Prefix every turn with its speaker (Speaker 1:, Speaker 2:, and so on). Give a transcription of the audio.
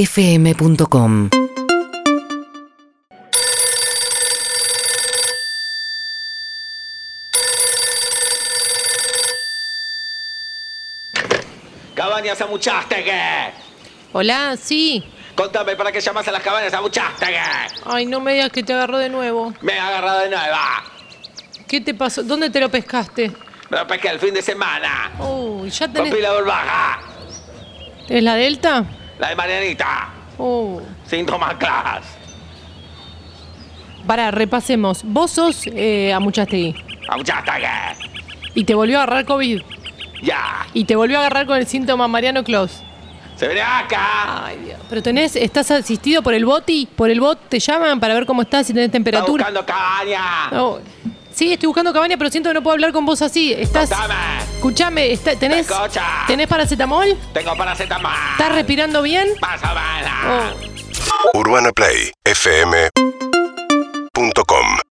Speaker 1: urbanaplayfm.com
Speaker 2: Cabañas Amuchastegue.
Speaker 3: Hola, sí.
Speaker 2: Contame, ¿para qué llamas a las cabañas Amuchastegue?
Speaker 3: Ay, no me digas que te agarró de nuevo.
Speaker 2: Me he agarrado de nueva.
Speaker 3: ¿Qué te pasó? ¿Dónde te lo pescaste?
Speaker 2: Me lo pesqué el fin de semana.
Speaker 3: Uy, ya
Speaker 2: Con
Speaker 3: tenés.
Speaker 2: pila borbaja.
Speaker 3: ¿Es la Delta?
Speaker 2: La de Marianita.
Speaker 3: Oh.
Speaker 2: Síntomas claras.
Speaker 3: Para, repasemos. Vos sos eh, Amuchastegui
Speaker 2: Amuchastegue.
Speaker 3: y te volvió a agarrar COVID
Speaker 2: Ya.
Speaker 3: y te volvió a agarrar con el síntoma Mariano Claus.
Speaker 2: Se viene acá.
Speaker 3: Ay, Dios. Pero tenés, estás asistido por el boti, por el bot te llaman para ver cómo estás, si tenés
Speaker 2: Está
Speaker 3: temperatura.
Speaker 2: buscando cabaña.
Speaker 3: Oh. Sí, estoy buscando cabaña, pero siento que no puedo hablar con vos así. Estás,
Speaker 2: Contame.
Speaker 3: escúchame, está- tenés,
Speaker 2: Escucha.
Speaker 3: tenés paracetamol,
Speaker 2: Tengo paracetamol.
Speaker 3: estás respirando bien.
Speaker 2: Más o menos.
Speaker 3: Oh.
Speaker 4: UrbanaPlayFM.com